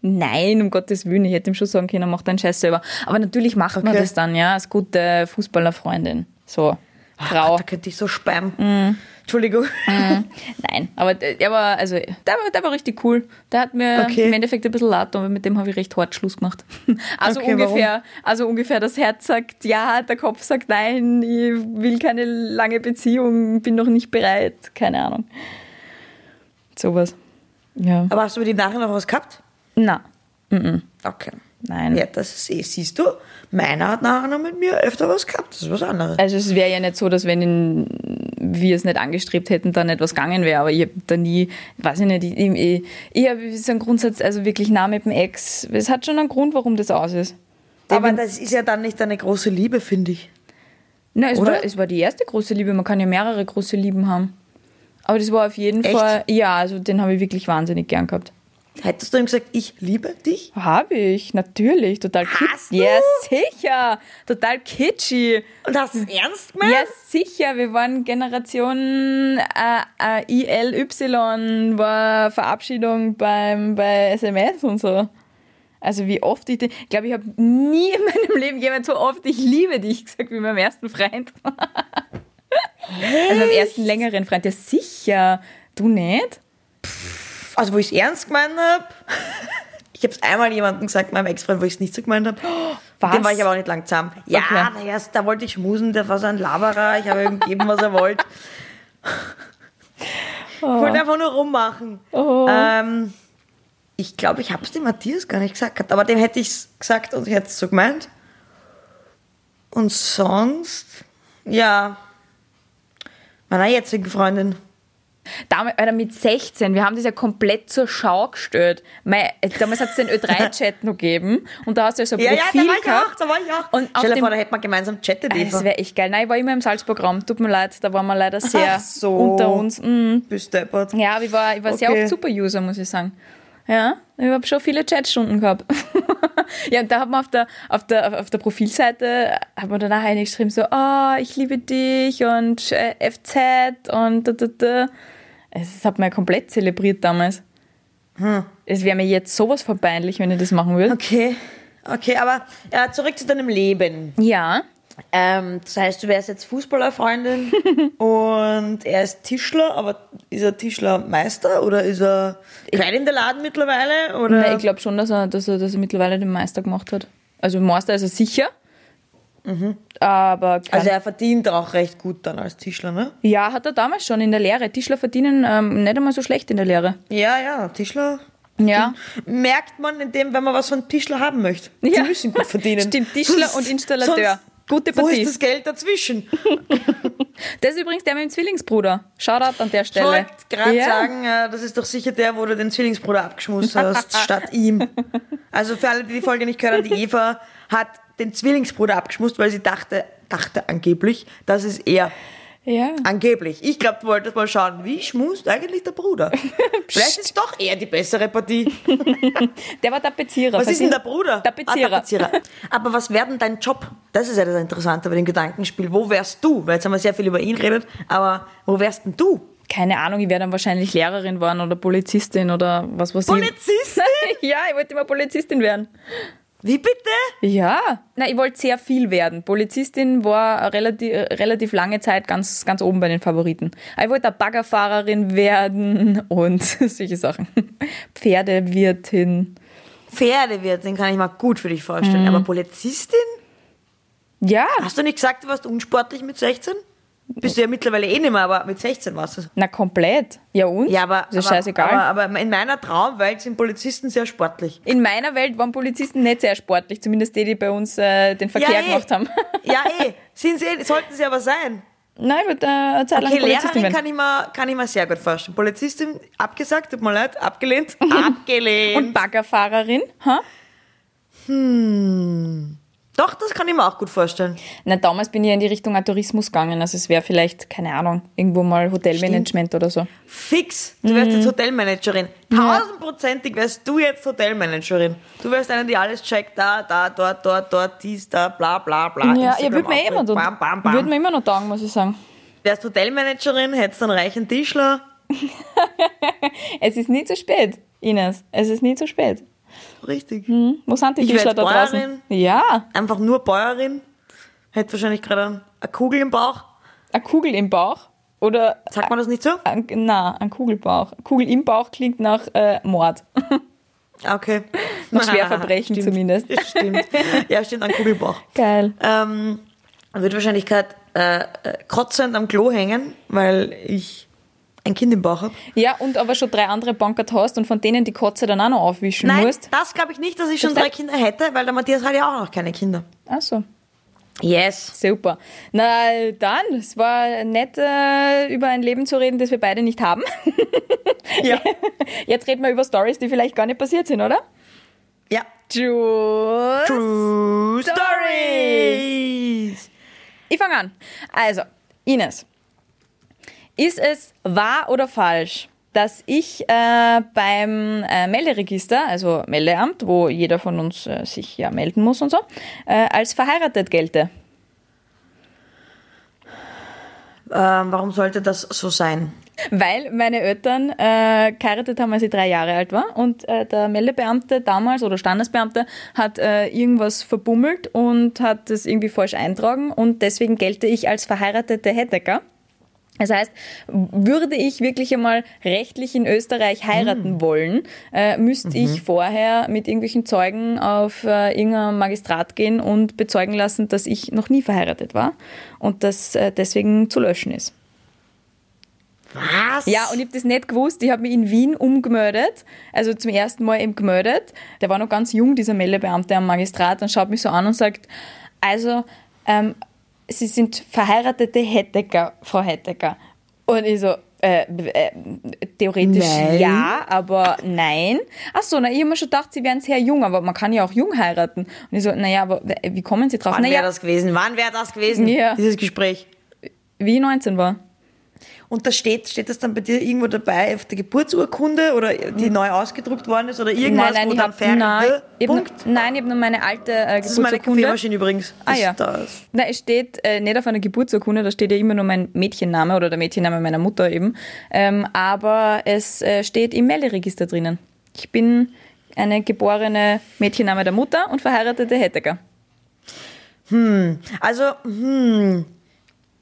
Speaker 3: Nein, um Gottes Willen, ich hätte ihm schon sagen können, mach deinen Scheiß selber. Aber natürlich macht man
Speaker 2: Okay.
Speaker 3: das dann, ja, als gute Fußballerfreundin. So. Frau. Mm.
Speaker 2: Da könnte ich so spammen. Entschuldigung.
Speaker 3: Nein, aber der war, also, der war, der war richtig cool. Der hat mir
Speaker 2: Okay.
Speaker 3: im Endeffekt ein bisschen leid, aber mit dem habe ich recht hart Schluss gemacht. Also,
Speaker 2: Okay,
Speaker 3: ungefähr, also ungefähr das Herz sagt ja, der Kopf sagt nein, ich will keine lange Beziehung, bin noch nicht bereit, keine Ahnung. Sowas. Ja.
Speaker 2: Aber hast du mit ihm nachher noch was gehabt?
Speaker 3: Na,
Speaker 2: Okay.
Speaker 3: nein.
Speaker 2: Ja, das ist eh, siehst du, meiner hat nachher noch mit mir öfter was gehabt. Das ist was anderes.
Speaker 3: Also es wäre ja nicht so, dass wenn ihn, wir es nicht angestrebt hätten, dann etwas gegangen wäre. Aber ich habe da nie, weiß ich nicht, ich, ich, ich habe so einen Grundsatz, also wirklich nah mit dem Ex. Es hat schon einen Grund, warum das aus ist.
Speaker 2: Aber das ist ja dann nicht eine große Liebe, finde ich.
Speaker 3: Nein, es
Speaker 2: Oder?
Speaker 3: war, es war die erste große Liebe. Man kann ja mehrere große Lieben haben. Aber das war auf jeden
Speaker 2: Echt?
Speaker 3: Fall, ja, also den habe ich wirklich wahnsinnig gern gehabt.
Speaker 2: Hättest du ihm gesagt, ich liebe dich?
Speaker 3: Habe ich, natürlich, total
Speaker 2: Hast
Speaker 3: kitschig.
Speaker 2: du?
Speaker 3: Ja, sicher, total kitschig.
Speaker 2: Und hast du es ernst gemeint?
Speaker 3: Ja, sicher. Wir waren Generation äh, äh, ILY, war Verabschiedung beim, bei SMS und so. Also wie oft ich, den- ich glaube, ich habe nie in meinem Leben jemand so oft ich liebe dich gesagt wie meinem ersten Freund. Also meinem ersten längeren Freund. Ja, sicher. Du nicht?
Speaker 2: Also, wo ich es ernst gemeint habe. Ich habe es einmal jemandem gesagt, meinem Ex-Freund, wo ich es nicht so gemeint habe.
Speaker 3: Was?
Speaker 2: Dem war ich aber auch nicht lang zusammen. Ja,
Speaker 3: Okay.
Speaker 2: na ja, da wollte ich schmusen, der war so ein Laberer, ich habe ihm gegeben, was er wollte.
Speaker 3: Oh.
Speaker 2: Ich wollte einfach nur rummachen.
Speaker 3: Oh.
Speaker 2: Ähm, ich glaube, ich habe es dem Matthias gar nicht gesagt gehabt, aber dem hätte ich es gesagt und ich hätte es so gemeint. Und sonst, ja, meiner jetzigen Freundin.
Speaker 3: Damals, Alter, mit 16, wir haben das ja komplett zur Schau gestellt. Mei, damals hat es den Ö3-Chat noch gegeben und da hast du ja so ein
Speaker 2: Ja, ja, da
Speaker 3: Profil
Speaker 2: war ich auch,
Speaker 3: gehabt.
Speaker 2: da war ich auch.
Speaker 3: Und auf
Speaker 2: Stell dir
Speaker 3: dem- Äh,
Speaker 2: vor, da hätten wir gemeinsam chattet, Eva.
Speaker 3: Das wäre echt geil. Nein, ich war immer im Salzburg-Raum. Tut mir leid, da waren wir leider sehr
Speaker 2: Ach Mhm. so.
Speaker 3: unter uns. Mm.
Speaker 2: Bist deppert.
Speaker 3: Ja, aber ich war, ich war sehr
Speaker 2: Okay.
Speaker 3: oft Super-User, muss ich sagen. Ja, ich habe schon viele Chatstunden gehabt. ja, und da hat man auf der, auf der, auf- auf der Profilseite, hat man danach eine geschrieben, so, ah, ich liebe dich und äh, FZ und da, da, da. Also, Das hat man ja komplett zelebriert damals.
Speaker 2: Hm.
Speaker 3: Es wäre mir jetzt sowas von peinlich, wenn ich das machen würde.
Speaker 2: Okay, okay, aber äh, zurück zu deinem Leben.
Speaker 3: Ja,
Speaker 2: Ähm, das heißt, du wärst jetzt Fußballerfreundin und er ist Tischler, aber ist er Tischlermeister oder ist er klein in der Laden mittlerweile? Oder?
Speaker 3: Nein, ich glaube schon, dass er, dass, er, dass er mittlerweile den Meister gemacht hat. Also Meister ist er sicher. Aber kann,
Speaker 2: Mhm. also er verdient auch recht gut dann als Tischler, ne?
Speaker 3: ja, hat er damals schon in der Lehre. Tischler verdienen ähm, nicht einmal so schlecht in der Lehre.
Speaker 2: Ja, ja, Tischler
Speaker 3: Ja.
Speaker 2: Merkt man in dem, wenn man was von Tischler haben möchte. Die
Speaker 3: Ja.
Speaker 2: müssen gut verdienen.
Speaker 3: Stimmt, Tischler und Installateur. Gute
Speaker 2: Wo
Speaker 3: Partie.
Speaker 2: ist das Geld dazwischen?
Speaker 3: Das ist übrigens der mit dem Zwillingsbruder. Shoutout an der
Speaker 2: Ich
Speaker 3: Stelle.
Speaker 2: wollte gerade
Speaker 3: Ja.
Speaker 2: sagen, äh, das ist doch sicher der, wo du den Zwillingsbruder abgeschmust hast, statt ihm. Also für alle, die die Folge nicht hören, die Eva hat den Zwillingsbruder abgeschmust, weil sie dachte, dachte angeblich, das ist er.
Speaker 3: Ja.
Speaker 2: Angeblich. Ich glaube, du wolltest mal schauen, wie schmust eigentlich der Bruder? Vielleicht ist doch er die bessere Partie.
Speaker 3: Der war Tapezierer.
Speaker 2: Was ist denn
Speaker 3: Verdient-
Speaker 2: der Bruder?
Speaker 3: Tapezierer.
Speaker 2: Ah, Tapezierer. Aber was wäre denn dein Job? Das ist ja das Interessante bei dem Gedankenspiel. Wo wärst du? Weil jetzt haben wir sehr viel über ihn geredet, aber wo wärst denn du?
Speaker 3: Keine Ahnung, ich wäre dann wahrscheinlich Lehrerin worden oder Polizistin oder was weiß ich.
Speaker 2: Polizistin?
Speaker 3: ja, ich wollte immer Polizistin werden.
Speaker 2: Wie bitte?
Speaker 3: Ja. Na, ich wollte sehr viel werden. Polizistin war relativ, relativ lange Zeit ganz, ganz oben bei den Favoriten. Aber Ich wollte eine Baggerfahrerin werden und solche Sachen. Pferdewirtin.
Speaker 2: Pferdewirtin kann ich mir gut für dich vorstellen.
Speaker 3: Mhm.
Speaker 2: Aber Polizistin?
Speaker 3: Ja.
Speaker 2: Hast du nicht gesagt, du warst unsportlich mit 16? Bist du ja mittlerweile eh nicht mehr, aber mit 16 warst du es.
Speaker 3: Na, komplett. Ja, und?
Speaker 2: Ja, aber,
Speaker 3: Ist ja
Speaker 2: aber,
Speaker 3: scheißegal.
Speaker 2: aber, aber in meiner Traumwelt sind Polizisten sehr sportlich.
Speaker 3: In meiner Welt waren Polizisten nicht sehr sportlich, zumindest die, die bei uns äh, den Verkehr
Speaker 2: eh.
Speaker 3: gemacht haben.
Speaker 2: ja, eh. Sind sie, eh- sollten sie aber sein.
Speaker 3: Nein, ich würde äh, eine Zeit lang
Speaker 2: Okay,
Speaker 3: Polizistin
Speaker 2: Lehrerin
Speaker 3: werden.
Speaker 2: kann ich, mir, kann ich mir sehr gut vorstellen. Polizistin, abgesagt, tut mir leid, abgelehnt. Abgelehnt.
Speaker 3: Und Baggerfahrerin? Ha?
Speaker 2: Doch, das kann ich mir auch gut vorstellen.
Speaker 3: Na, damals bin ich in die Richtung an Tourismus gegangen. Also es wäre vielleicht, keine Ahnung, irgendwo mal Hotelmanagement oder so.
Speaker 2: Fix, du wärst
Speaker 3: Mhm.
Speaker 2: jetzt Hotelmanagerin. Tausendprozentig wärst du jetzt Hotelmanagerin. Du wärst eine, die alles checkt, da, da, dort, dort, dort, dies, da, bla, bla, bla.
Speaker 3: Ja,
Speaker 2: Instagram
Speaker 3: ich würde mir, eh immer
Speaker 2: Auftritt,
Speaker 3: noch-
Speaker 2: bam, bam, bam.
Speaker 3: würd mir immer noch taugen, muss ich sagen.
Speaker 2: Wärst Hotelmanagerin, hättest einen reichen Tischler.
Speaker 3: Es ist nie zu spät, Ines. Es ist nie zu spät.
Speaker 2: Richtig.
Speaker 3: Hm? Wo sind die
Speaker 2: Ich wär
Speaker 3: Tischler
Speaker 2: jetzt
Speaker 3: da draußen?
Speaker 2: Bäuerin.
Speaker 3: Ja,
Speaker 2: Einfach nur Bäuerin. Hätte wahrscheinlich gerade einen- eine Kugel im Bauch.
Speaker 3: eine Kugel im Bauch. Oder,
Speaker 2: Sagt man das nicht so?
Speaker 3: ein, na, ein Kugelbauch. Kugel im Bauch klingt nach äh, Mord.
Speaker 2: Ah, Okay.
Speaker 3: Nach Schwerverbrechen
Speaker 2: Stimmt.
Speaker 3: zumindest.
Speaker 2: Stimmt. Ja, stimmt, ein Kugelbauch.
Speaker 3: Geil.
Speaker 2: Ähm, wird wahrscheinlich gerade äh, äh, kotzend am Klo hängen, weil ich ein Kind im Bauch habe.
Speaker 3: Ja, und aber schon drei andere Bankert hast und von denen die Kotze dann auch noch aufwischen
Speaker 2: Nein,
Speaker 3: musst.
Speaker 2: das glaube ich nicht, dass ich schon
Speaker 3: Verstehe?
Speaker 2: drei Kinder hätte, weil der Matthias hat ja auch noch keine Kinder.
Speaker 3: Achso,
Speaker 2: Yes.
Speaker 3: super. Na dann, es war nett, äh, über ein Leben zu reden, das wir beide nicht haben.
Speaker 2: Ja.
Speaker 3: Jetzt reden wir über Stories, die vielleicht gar nicht passiert sind, oder?
Speaker 2: ja.
Speaker 3: True.
Speaker 2: True
Speaker 3: Stories.
Speaker 2: Stories.
Speaker 3: Ich fange an. Also, Ines, ist es wahr oder falsch, dass ich äh, beim äh, Melderegister, also Meldeamt, wo jeder von uns äh, sich ja melden muss und so, äh, als verheiratet gelte?
Speaker 2: Ähm, warum sollte das so sein?
Speaker 3: Weil meine Eltern äh, geheiratet haben, als ich drei Jahre alt war. Und äh, der Meldebeamte damals oder Standesbeamte hat äh, irgendwas verbummelt und hat das irgendwie falsch eintragen. Und deswegen gelte ich als verheiratete Hettecker. Das heißt, würde ich wirklich einmal rechtlich in Österreich heiraten wollen, äh, müsste ich vorher mit irgendwelchen Zeugen auf äh, irgendein Magistrat gehen und bezeugen lassen, dass ich noch nie verheiratet war und das äh, deswegen zu löschen ist.
Speaker 2: Was?
Speaker 3: Ja, und ich habe das nicht gewusst. Ich habe mich in Wien umgemeldet, also zum ersten Mal eben gemeldet. Der war noch ganz jung, dieser Meldebeamte am Magistrat, und schaut mich so an und sagt, also, ähm, Sie sind verheiratete Hettecker, Frau Hettecker. Und ich so, äh, äh, theoretisch
Speaker 2: Nein.
Speaker 3: ja, aber nein. Ach so, na, ich habe mir schon gedacht, Sie wären sehr jung, aber man kann ja auch jung heiraten. Und ich so, naja, aber äh, wie kommen Sie drauf?
Speaker 2: Wann
Speaker 3: naja,
Speaker 2: wäre das gewesen? Wann wäre das gewesen?
Speaker 3: Ja.
Speaker 2: Dieses Gespräch.
Speaker 3: wie ich 19 war.
Speaker 2: Und da steht, steht das dann bei dir irgendwo dabei auf der Geburtsurkunde oder die neu ausgedruckt worden ist oder irgendwas, wo
Speaker 3: ich
Speaker 2: dann
Speaker 3: hab, Hm. nein, ich hab
Speaker 2: Punkt.
Speaker 3: nur, nein, ich habe nur meine alte äh,
Speaker 2: Das ist meine
Speaker 3: Geburtsurkunde.
Speaker 2: Kaffeemaschine übrigens.
Speaker 3: Ah,
Speaker 2: Das-
Speaker 3: ja.
Speaker 2: Das,
Speaker 3: Nein, es steht äh, nicht auf einer Geburtsurkunde, da steht ja immer nur mein Mädchenname oder der Mädchenname meiner Mutter eben. Ähm, aber es äh, steht im Melderegister drinnen. Ich bin eine geborene Mädchenname der Mutter und verheiratete Hettecker.
Speaker 2: Also, hm,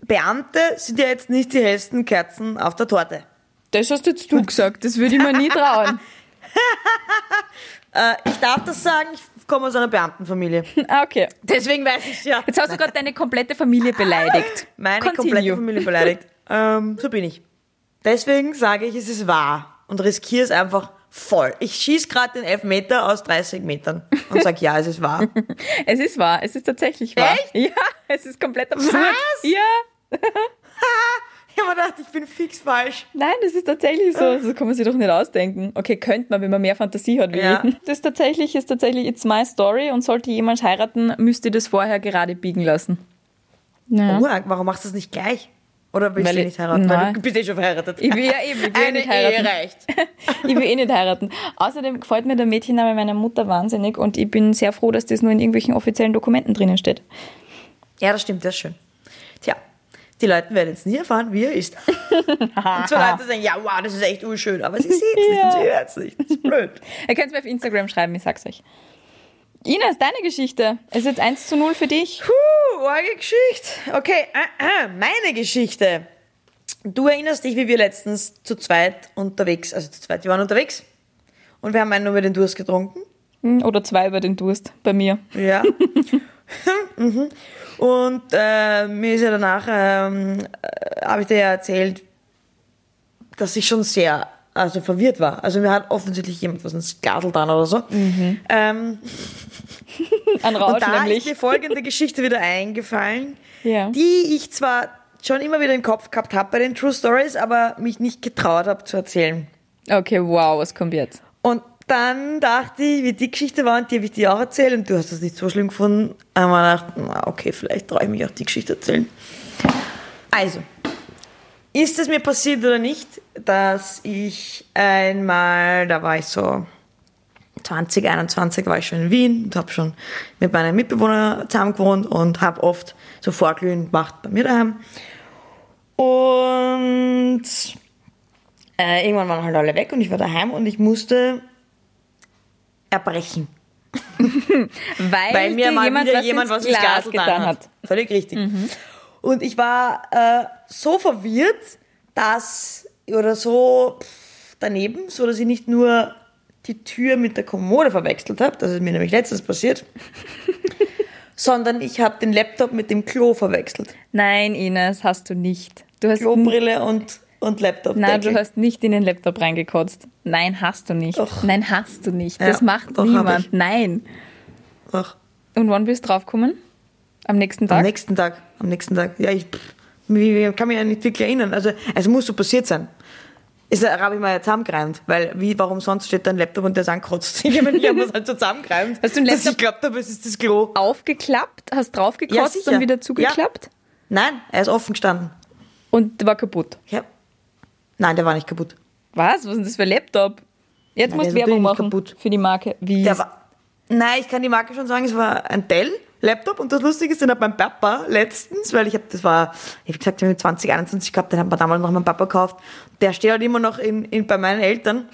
Speaker 2: Beamte sind ja jetzt nicht die hellsten Kerzen auf der Torte.
Speaker 3: Das hast jetzt du gesagt, das würde ich mir nie trauen.
Speaker 2: Äh, ich darf das sagen, ich komme aus einer Beamtenfamilie.
Speaker 3: ah, okay.
Speaker 2: Deswegen weiß ich ja.
Speaker 3: Jetzt hast du gerade deine komplette Familie beleidigt.
Speaker 2: Meine komplette Familie beleidigt. Ähm, so bin ich. Deswegen sage ich, es ist wahr und riskiere es einfach voll. Ich schieß gerade den Elfmeter aus 30 Metern und sag, ja, es ist wahr.
Speaker 3: Es ist wahr, es ist tatsächlich wahr.
Speaker 2: Echt?
Speaker 3: Ja, es ist komplett absurd.
Speaker 2: Was?
Speaker 3: Ja.
Speaker 2: Ich habe mir gedacht, ich bin fix falsch.
Speaker 3: Nein, das ist tatsächlich so. So kann man sich doch nicht ausdenken. Okay, könnte man, wenn man mehr Fantasie hat wie
Speaker 2: Ja.
Speaker 3: ich. Das tatsächlich ist tatsächlich It's My Story und sollte jemand heiraten, müsst ihr das vorher gerade biegen lassen. Ja.
Speaker 2: Oh, warum machst du das nicht gleich? Oder willst
Speaker 3: Weil
Speaker 2: du
Speaker 3: ich-
Speaker 2: nicht heiraten? Weil du
Speaker 3: Nein.
Speaker 2: bist eh schon verheiratet.
Speaker 3: Ich will ja eben, ich will ja
Speaker 2: Eine
Speaker 3: nicht heiraten.
Speaker 2: Ehe reicht.
Speaker 3: ich will eh nicht heiraten. Außerdem gefällt mir der Mädchenname meiner Mutter wahnsinnig und ich bin sehr froh, dass das nur in irgendwelchen offiziellen Dokumenten drinnen steht.
Speaker 2: Ja, das stimmt, das ist schön. Tja, die Leute werden jetzt nie erfahren, wie er ist. Und so Leute sagen, ja, wow, das ist echt urschön, aber sie sehen es nicht
Speaker 3: Ja.
Speaker 2: und sie hören es nicht. Das ist blöd.
Speaker 3: Ihr könnt es mir auf Instagram schreiben, ich sag's euch. Ines, deine Geschichte. Es ist jetzt 1 zu 0 für dich.
Speaker 2: Puh, arge Geschichte. Okay, äh, äh, meine Geschichte. Du erinnerst dich, wie wir letztens zu zweit unterwegs, also zu zweit, wir waren unterwegs und wir haben einen über den Durst getrunken.
Speaker 3: Hm, Oder zwei über den Durst bei mir.
Speaker 2: Ja. mhm. Und äh, mir ist ja danach, ähm, äh, habe ich dir ja erzählt, dass ich schon sehr also verwirrt war. Also mir hat offensichtlich jemand was ins Gladel dran oder so. Ähm,
Speaker 3: Ein
Speaker 2: und
Speaker 3: Rausch
Speaker 2: da ist
Speaker 3: nämlich.
Speaker 2: mir folgende Geschichte wieder eingefallen,
Speaker 3: Ja.
Speaker 2: die ich zwar schon immer wieder im Kopf gehabt habe bei den True Stories, aber mich nicht getraut habe zu erzählen.
Speaker 3: Okay, wow, was kommt jetzt?
Speaker 2: Und dann dachte ich, wie die Geschichte war, und die habe ich dir auch erzählt, und du hast das nicht so schlimm gefunden. Einmal gedacht, na, okay, vielleicht traue ich mich auch die Geschichte erzählen. Also, ist es mir passiert oder nicht, dass ich einmal, da war ich so 20, 21, war ich schon in Wien und habe schon mit meinem Mitbewohner zusammen gewohnt und habe oft so vorglühend gemacht bei mir daheim. Und äh, irgendwann waren halt alle weg und ich war daheim und ich musste erbrechen.
Speaker 3: Weil,
Speaker 2: Weil mir
Speaker 3: dir
Speaker 2: mal
Speaker 3: jemand
Speaker 2: wieder
Speaker 3: was
Speaker 2: jemand
Speaker 3: ins
Speaker 2: was ins Glas getan hat. Mhm. Völlig richtig. Und ich war äh, so verwirrt, dass, oder so pff, daneben, so dass ich nicht nur die Tür mit der Kommode verwechselt habe, das ist mir nämlich letztens passiert, sondern ich habe den Laptop mit dem Klo verwechselt.
Speaker 3: Nein, Ines, hast du nicht. Du hast,
Speaker 2: Klobrille und, und Laptop.
Speaker 3: nein, du hast nicht in den Laptop reingekotzt. Nein, hast du nicht.
Speaker 2: Doch.
Speaker 3: Nein, hast du nicht.
Speaker 2: Ja,
Speaker 3: das macht
Speaker 2: doch, hab ich.
Speaker 3: niemand. Nein.
Speaker 2: Ach.
Speaker 3: Und wann bist du draufgekommen? Am nächsten
Speaker 2: Am
Speaker 3: Tag?
Speaker 2: nächsten Tag, am nächsten Tag. Ja, ich pff, wie- kann mich ja nicht wirklich erinnern. Also es muss so passiert sein. Ist da habe ich mal zusammengereimt, weil wie, warum sonst steht da ein Laptop und der ist angekotzt? Ich meine, ich habe das halt so zusammengereimt.
Speaker 3: Hast du einen
Speaker 2: dass
Speaker 3: Laptop-
Speaker 2: Ich glaube, aber es ist das Klo.
Speaker 3: Aufgeklappt, hast
Speaker 2: Ja,
Speaker 3: draufgekotzt
Speaker 2: sicher.
Speaker 3: und wieder zugeklappt
Speaker 2: Nein, er ist offen gestanden.
Speaker 3: und war kaputt.
Speaker 2: Ich hab... Nein, der war nicht kaputt.
Speaker 3: Was? Was ist denn das für ein Laptop? Jetzt
Speaker 2: Nein,
Speaker 3: musst
Speaker 2: der
Speaker 3: du
Speaker 2: ist
Speaker 3: Werbung
Speaker 2: natürlich
Speaker 3: machen
Speaker 2: kaputt.
Speaker 3: für die Marke. Wie?
Speaker 2: Der war... Nein, ich kann die Marke schon sagen, es war ein Dell. Laptop und das Lustige ist, den hat mein Papa letztens, weil ich habe, das war, ich habe gesagt, ich habe 2021 gehabt, den hat man damals noch mein Papa gekauft. Der steht halt immer noch in, in, bei meinen Eltern.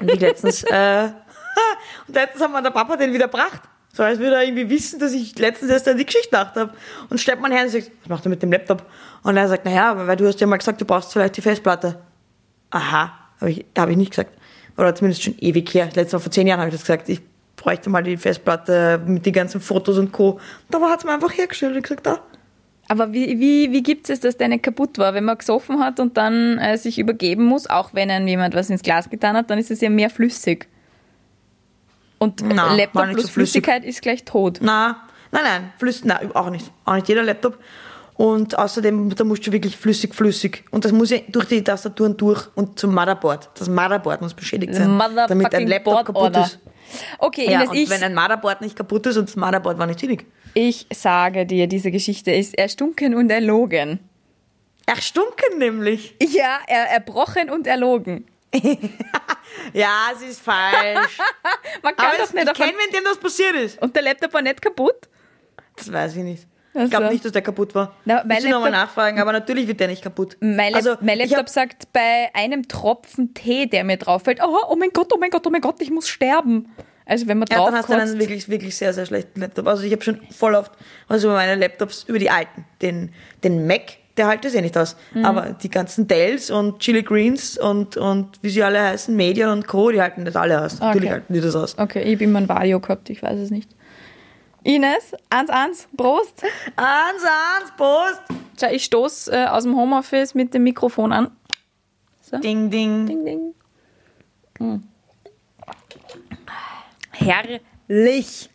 Speaker 2: Und ich letztens, äh, und letztens hat mir der Papa den wieder gebracht. So als würde er irgendwie wissen, dass ich letztens erst an die Geschichte gedacht habe. Und stellt man her und sagt, was macht er mit dem Laptop? Und er sagt, naja, weil du hast ja mal gesagt, du brauchst vielleicht die Festplatte. Aha, habe ich, hab ich nicht gesagt. Oder zumindest schon ewig her. Letztes Mal vor zehn Jahren habe ich das gesagt. Ich bräuchte mal die Festplatte mit den ganzen Fotos und Co. Da hat es mir einfach hergestellt und gesagt, da.
Speaker 3: Aber wie, wie, wie gibt es dass der nicht kaputt war? Wenn man gesoffen hat und dann äh, sich übergeben muss, auch wenn einem jemand was ins Glas getan hat, dann ist es ja mehr flüssig. Und äh,
Speaker 2: Na, war
Speaker 3: Laptop
Speaker 2: nicht
Speaker 3: plus
Speaker 2: so flüssig.
Speaker 3: Flüssigkeit ist gleich tot.
Speaker 2: Na, nein, nein, flüssig, nein, auch nicht. Auch nicht jeder Laptop. Und außerdem, da musst du wirklich flüssig, flüssig. Und das muss ja durch die Tastaturen durch und zum Motherboard. Das Motherboard muss beschädigt sein, damit ein
Speaker 3: Motherfucking
Speaker 2: Laptop
Speaker 3: Board
Speaker 2: kaputt
Speaker 3: Order.
Speaker 2: ist.
Speaker 3: Okay,
Speaker 2: Ja,
Speaker 3: Ines,
Speaker 2: und
Speaker 3: ich,
Speaker 2: wenn ein Motherboard nicht kaputt ist und das Motherboard war nicht sinnig.
Speaker 3: ich sage dir, diese Geschichte ist erstunken und erlogen.
Speaker 2: Erstunken nämlich.
Speaker 3: Ja, er, erbrochen und erlogen.
Speaker 2: Ja, es ist falsch.
Speaker 3: Man kann
Speaker 2: Aber
Speaker 3: doch
Speaker 2: es,
Speaker 3: nicht
Speaker 2: ich
Speaker 3: davon...
Speaker 2: kenne, wenn dem das passiert ist.
Speaker 3: Und der Laptop war nicht kaputt?
Speaker 2: Das weiß ich nicht.
Speaker 3: Ach
Speaker 2: Ich glaube
Speaker 3: so.
Speaker 2: nicht, dass der kaputt war.
Speaker 3: Na, mein
Speaker 2: Müssen wir nochmal
Speaker 3: Laptop-
Speaker 2: nachfragen, aber natürlich wird der nicht kaputt.
Speaker 3: Mein, Lap
Speaker 2: Also,
Speaker 3: mein
Speaker 2: ich
Speaker 3: Laptop sagt bei einem Tropfen Tee, der mir drauf fällt, oh, oh mein Gott, oh mein Gott, oh mein Gott, ich muss sterben. Also wenn man
Speaker 2: Ja,
Speaker 3: drauf
Speaker 2: dann hast du einen
Speaker 3: kotzt,
Speaker 2: wirklich, wirklich sehr, sehr schlechten Laptop. Also ich habe schon voll oft was über meine Laptops, über die alten. Den, den Mac, der halt das eh nicht aus.
Speaker 3: Mhm.
Speaker 2: Aber die ganzen Dells und Chili Greens und, und wie sie alle heißen, Median und Co., die halten das alle aus. Natürlich halten die das aus.
Speaker 3: Okay, ich habe immer ein Vario gehabt, ich weiß es nicht. Ines, ans, ans, Prost.
Speaker 2: Ans, ans, Post!
Speaker 3: Tja, ich stoß äh, aus dem Homeoffice mit dem Mikrofon an.
Speaker 2: Ding, ding.
Speaker 3: Hm. Ding, ding. Herrlich.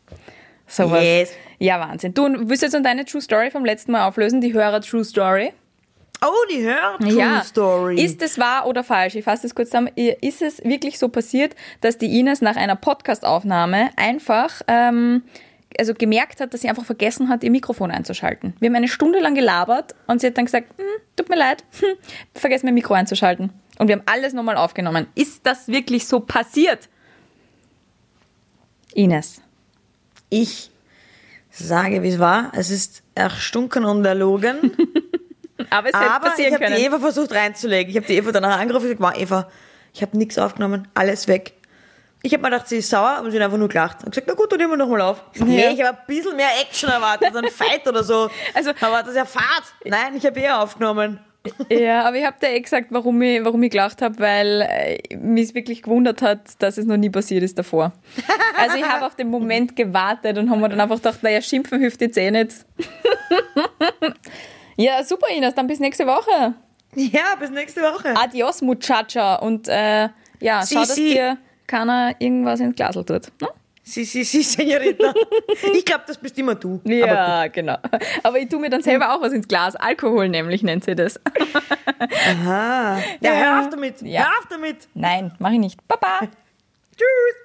Speaker 3: Sowas.
Speaker 2: Yes.
Speaker 3: Ja, Wahnsinn. Du und willst du jetzt noch deine True Story vom letzten Mal auflösen, die Hörer True Story.
Speaker 2: Oh, die hört True Story.
Speaker 3: Ist es wahr oder falsch? Ich fasse das kurz zusammen. Ist es wirklich so passiert, dass die Ines nach einer Podcast-Aufnahme einfach ähm, also gemerkt hat, dass sie einfach vergessen hat, ihr Mikrofon einzuschalten? Wir haben eine Stunde lang gelabert und sie hat dann gesagt, hm, tut mir leid, hm, vergessen mein Mikro einzuschalten. Und wir haben alles nochmal aufgenommen. Ist das wirklich so passiert? Ines.
Speaker 2: ich sage, wie es war. Es ist erstunken und erlogen.
Speaker 3: Aber es hätte
Speaker 2: Aber ich
Speaker 3: passieren
Speaker 2: habe die
Speaker 3: können.
Speaker 2: Eva versucht reinzulegen. Ich habe die Eva danach angerufen und gesagt, "Ma, Eva, ich habe nichts aufgenommen, alles weg. Ich habe mir gedacht, sie ist sauer und sie hat einfach nur gelacht. Und gesagt, na gut, dann nehmen wir nochmal auf. Nee, ich habe ein bisschen mehr Action erwartet, so ein Fight oder so.
Speaker 3: Also-
Speaker 2: aber das ist ja Fahrt. Nein, ich habe eher aufgenommen.
Speaker 3: Ja, aber ich habe dir eh gesagt, warum ich, warum ich gelacht habe, weil äh, mich wirklich gewundert hat, dass es noch nie passiert ist davor. Also ich habe auf den Moment gewartet und habe mir dann einfach gedacht, naja, schimpfen hilft jetzt eh nicht. ja, super Ines, dann bis nächste Woche.
Speaker 2: Ja, bis nächste Woche.
Speaker 3: Adios Muchacha und äh, ja,
Speaker 2: Si,
Speaker 3: schau, dass
Speaker 2: si.
Speaker 3: dir keiner irgendwas ins Glasl tut. Ne?
Speaker 2: Sie, sie, sie, Senorita. Ich glaube, das bist immer du. Aber
Speaker 3: Ja, genau. Aber ich tue mir dann selber auch was ins Glas. Alkohol nämlich nennt sie das.
Speaker 2: gut. ja, hör auf damit.
Speaker 3: Ja.
Speaker 2: Hör auf damit.
Speaker 3: Nein, mache ich nicht. Baba.
Speaker 2: Tschüss.